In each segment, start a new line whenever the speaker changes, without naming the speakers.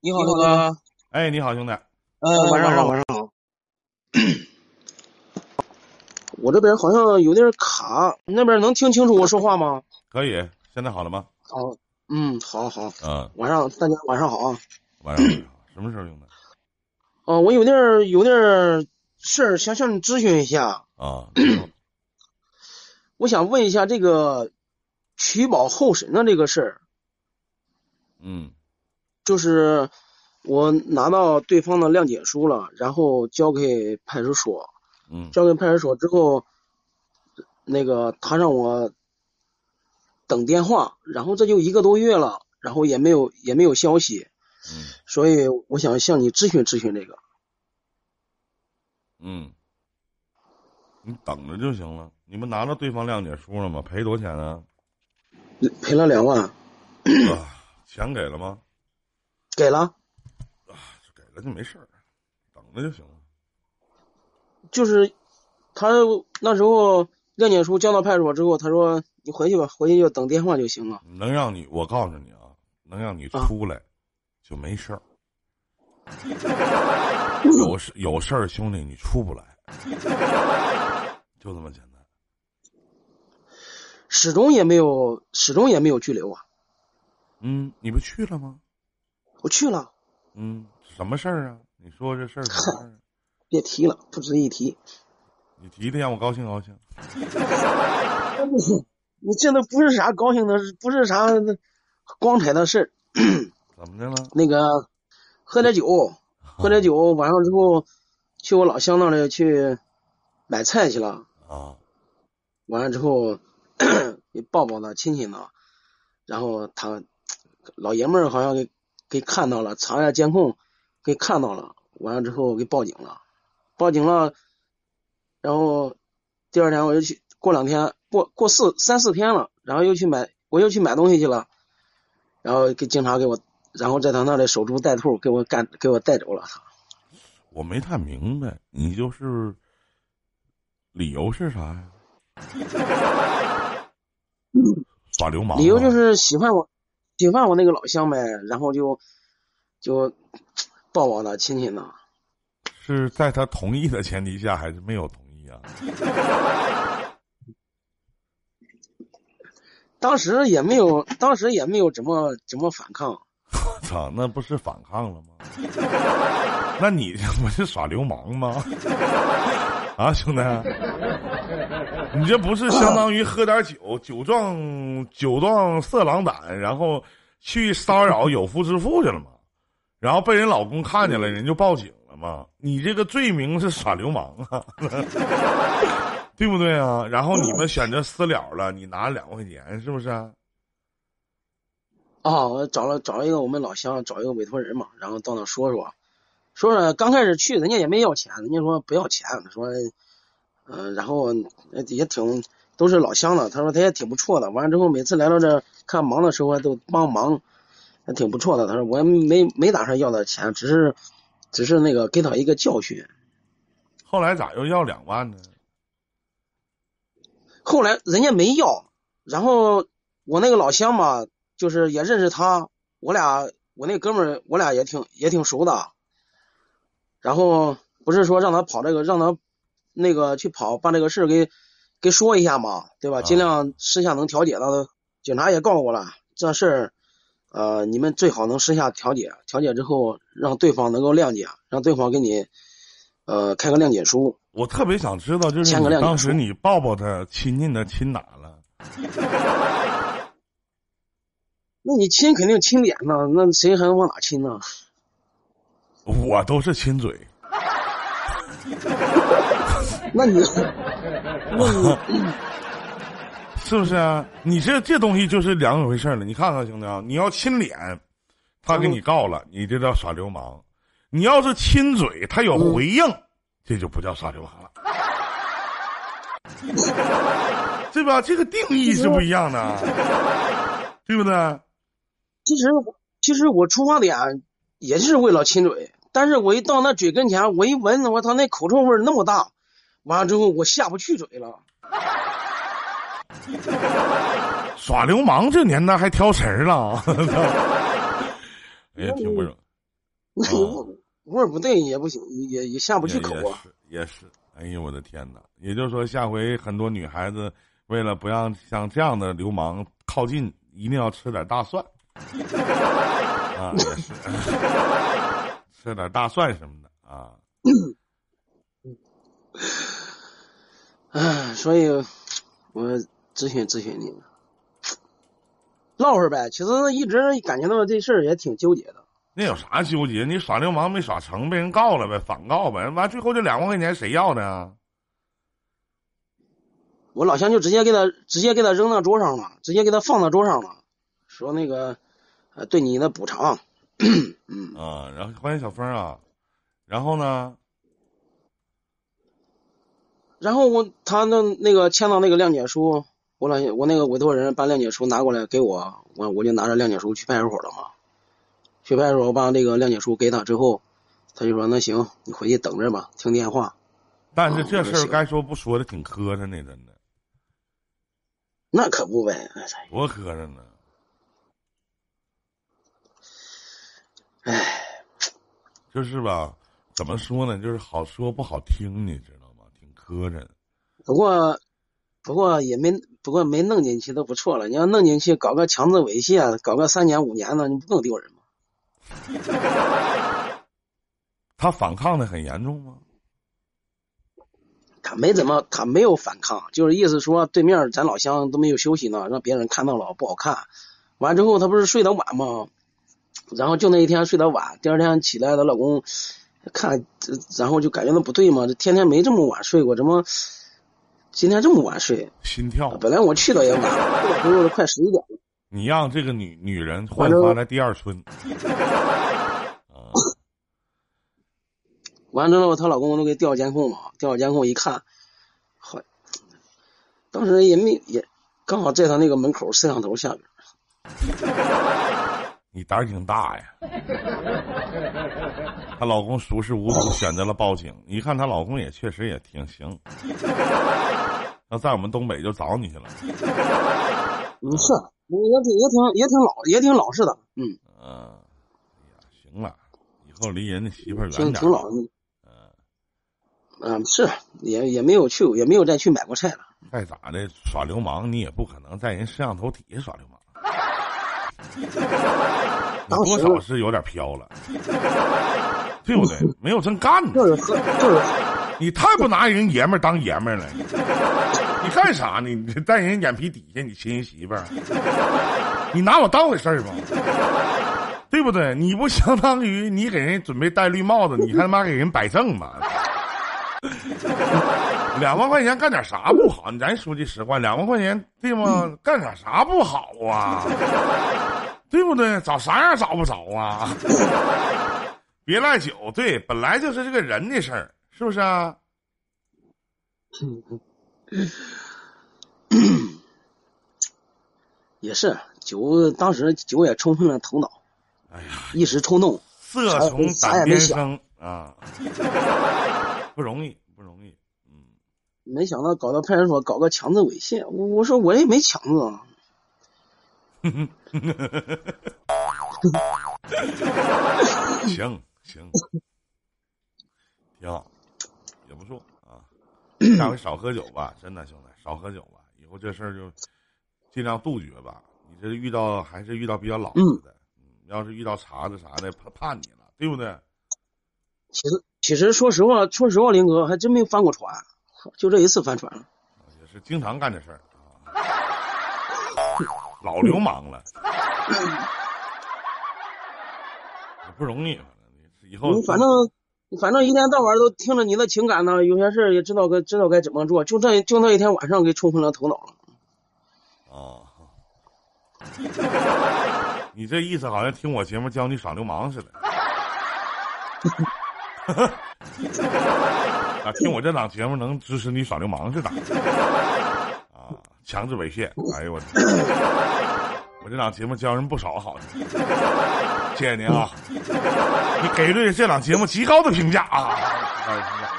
你好，豆哥。
哎，你好，兄弟。
呃，
晚上好，
上好。
晚上好。
我这边好像有点卡，你那边能听清楚我说话吗？
可以，现在好了吗？
好，嗯，好好。
嗯，
晚上大家晚上好啊。
晚上好。什么时候用的？
嗯、我有点儿有点儿事儿想向你咨询一下，
啊，
我想问一下这个取保候审的这个事儿，
嗯
就是我拿到对方的谅解书了，然后交给派出所，
嗯
交给派出所之后，那个他让我等电话，然后这就一个多月了，然后也没有也没有消息，
嗯
所以我想向你咨询咨询这个。
嗯，你等着就行了。你们拿到对方谅解书了吗？赔多少钱啊？
赔了两万，
啊钱给了吗？
给了，
给了就没事儿，等着就行了。
就是他那时候谅解书交到派出所之后，他说你回去吧，回去就等电话就行了。
能让你，我告诉你啊，能让你出来，就没事儿。有事有事儿，兄弟，你出不来，就这么简单。
始终也没有，始终也没有拘留啊！
嗯，你不去了吗？
我去了，
嗯，什么事儿啊？你说这事儿什么 事儿啊？
别提了，不值一提。
你提提让我高兴高兴。
你这都不是啥高兴的，不是啥光彩的事儿。
怎么的了？
那个喝点酒，喝点酒，晚上之后去我老乡那里去买菜去了。
啊，
完了之后 给抱抱呢，亲亲呢，然后他老爷们儿好像给给看到了，查一下监控，给看到了。完了之后给报警了，报警了，然后第二天我又去，过两天过过四三四天了，然后又去买，我又去买东西去了，然后给警察给我，然后在他那里守株待兔，给我干给我带走了。
我没太明白，你就是理由是啥呀？ 耍流氓啊？
理由就是喜欢我，喜欢我那个老乡呗，然后就就抱抱他，亲亲他。
是在他同意的前提下，还是没有同意啊？
当时也没有，当时也没有怎么怎么反抗。
我操，那不是反抗了吗？ 那你这不是耍流氓吗？ 啊，兄弟，你这不是相当于喝点酒，酒壮酒壮色狼胆，然后去骚扰有妇之夫去了吗？然后被人老公看见了，人就报警了吗？你这个罪名是耍流氓啊， 对不对啊？然后你们选择私了了，你拿两万块钱是不是啊？
啊，我找了找一个我们老乡，找一个委托人嘛，然后到那说说，说说刚开始去人家也没要钱，人家说不要钱，说，嗯、然后呃也挺都是老乡了，他说他也挺不错的，完了之后每次来到这儿看忙的时候啊都帮忙，还挺不错的，他说我也没没打算要他钱，只是只是那个给他一个教训。
后来咋又要两万呢？
后来人家没要，然后我那个老乡嘛，就是也认识他，我俩我那哥们儿，我俩也挺也挺熟的。然后不是说让他跑这个，让他那个去跑把这个事儿给给说一下嘛，对吧？
啊
尽量私下能调解的，警察也告我了，这事儿，呃，你们最好能私下调解，调解之后让对方能够谅解，让对方给你，呃，开个谅解书。
我特别想知道，就是
签个
你
谅解
当时
书
你抱抱他、亲亲他、亲哪了？
那你亲肯定亲脸呐，那谁还能往哪亲呢？
我都是亲嘴，
那 你
是不是啊？你这这东西就是两回事儿了。你看看兄弟啊，你要亲脸，他给你告了，你这叫耍流氓；你要是亲嘴，他有
嗯
回应，这就不叫耍流氓了， 对吧？这个定义是不一样的，对不对？
其实我其实我出发点也是为了亲嘴，但是我一到那嘴跟前，我一闻，我操，那口臭味儿那么大，完了之后我下不去嘴 了。
啊 耍流氓这年代还挑食儿了，哎呀，挺不容
那你味味儿不对也不行，也也下不去口啊。
也也是，哎呦我的天哪！也就是说，下回很多女孩子为了不让像这样的流氓靠近，一定要吃点大蒜。啊，也是，吃点大蒜什么的啊。
唉，所以我咨询咨询你，唠会儿呗。其实一直感觉到这事儿也挺纠结的。
那有啥纠结？你耍流氓没耍成，被人告了呗，反告呗。完最后这两万块钱谁要呢？
我老乡就直接给他直接给他扔到桌上了，直接给他放到桌上了，说那个呃对你的补偿。嗯，
啊，然后欢迎小峰啊，然后呢？
然后我他那那个签到那个谅解书，我老我那个委托人把谅解书拿过来给我，我我就拿着谅解书去派出所了嘛。去派出所把这个谅解书给他之后，他就说那行，你回去等着吧，听电话。
但是
嗯
这事儿该说不说的挺磕碜的，真的
那可不呗，哎呀
多磕碜呢。就是吧，怎么说呢？就是好说不好听，你知道吗？挺磕碜。
不过不过也没不过没弄进去都不错了，你要弄进去搞个强制猥亵，啊搞个三年五年的，你不更丢人吗？
他反抗的很严重吗？
他没怎么，他没有反抗，就是意思说对面咱老乡都没有休息呢，让别人看到了不好看。完之后他不是睡得晚吗？然后就那一天睡得晚，第二天起来，她老公看，这然后就感觉到不对嘛，这天天没这么晚睡过，怎么今天这么晚睡？
心跳，
本来我去的也晚，去的时候都快十一点了。
你让这个女女人
反
焕
正
发了第二春。啊，
完之后，她老公都给调监控嘛，调监控一看，好，当时也没也刚好在她那个门口摄像头下边，
你胆儿挺大呀！她老公熟视无睹，选择了报警。一看她老公也确实也挺行，要在我们东北就找你去了。
嗯是，也挺也挺也挺老也挺老实的，嗯，
嗯，哎呀，行了，以后离人家媳妇儿远
挺
点
挺老
儿，
实的。嗯，是，也也没有去，也没有再去买过菜了。
再咋的耍流氓，你也不可能在人摄像头底下耍流 氓。你多少是有点飘了，对不对？没有真干呢。
就是喝，就是
你太不拿人爷们儿当爷们儿了，你干啥呢？你在人眼皮底下你亲人媳妇儿，你拿我当回事儿吗？对不对？你不相当于你给人准备戴绿帽子，你还他妈给人摆正吗？ 两万块钱干点啥不好？咱说句实话，两万块钱对吗？干点啥不好啊？对不对？找啥样找不着啊？别赖酒，对，本来就是这个人的事儿，是不是啊？
也是酒，当时酒也冲昏了头脑，
哎呀，
一时冲动，
色从胆边生啊， 不容易，不容易。嗯，
没想到搞到派出所搞个强制猥亵。我我说我也没强制啊，
行行，挺好，也不错啊。下回少喝酒吧，真的兄弟，少喝酒吧，以后这事儿就尽量杜绝吧。你这遇到还是遇到比较老实的，嗯，要是遇到茬子啥的，判判你了，对不对？
其实其实说实话，说实话，林哥还真没翻过船，就这一次翻船了。
也是经常干这事儿啊，老流氓 了，也不容易，反正以后
你嗯反正反正一天到晚都听着你的情感呢，有些事儿也知道该知道该怎么做，就这就那一天晚上给冲昏了头脑了。
啊， 你这意思好像听我节目教你耍流氓似的。 啊，听我这档节目能支持你耍流氓似的。啊，强制猥亵！哎呦我天，我这档节目教人不少好的，谢谢您啊！你给对这档节目极高的评价啊！极高的评价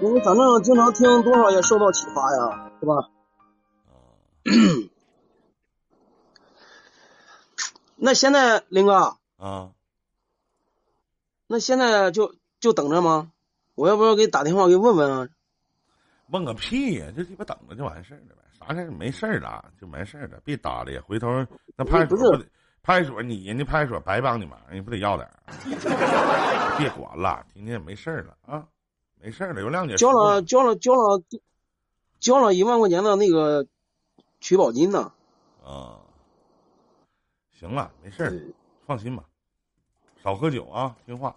因为反正经常听，多少也受到启发呀，是吧？ 那现在林哥，
啊，
那现在就就等着吗？我要不要给打电话给问问啊？
问个屁呀！就鸡巴等着就完事儿了呗，啥事儿没事儿了就完事儿了，别搭理。回头那派出
不是
所不得派出所你人家派出所白帮你忙，人家不得要点儿？别管了，听见没事儿了啊，没事儿了，有谅解。
交了啊交了交了交了一万块钱的那个取保金呢？
啊，行了，没事儿，放心吧，少喝酒啊，听话。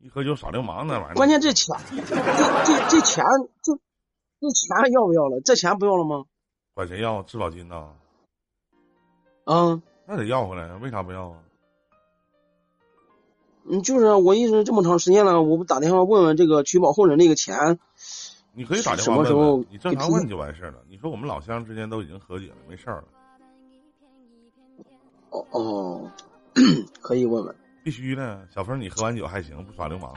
一喝酒耍流氓那玩意儿，
关键这钱，这这这钱这这钱要不要了？这钱不要了吗？
管谁要质保金呢？
啊，
那得要回来啊，为啥不要啊？
嗯，就是啊我一直这么长时间了，我不打电话问问这个取保候审这个钱，
你可以打电
什
话
么时
问
候
问，你正
给
常
批
问就完事儿了。你说我们老乡之间都已经和解了，没事儿了，
哦哦， 可以问问。
必须的。小峰，你喝完酒还行，不耍流氓。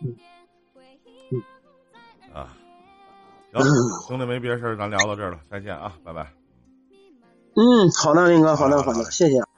嗯
啊，行，兄弟没别的事儿，咱聊到这儿了，再见啊，拜拜。
嗯，好的，林哥，好的，好
好的
的，谢谢啊。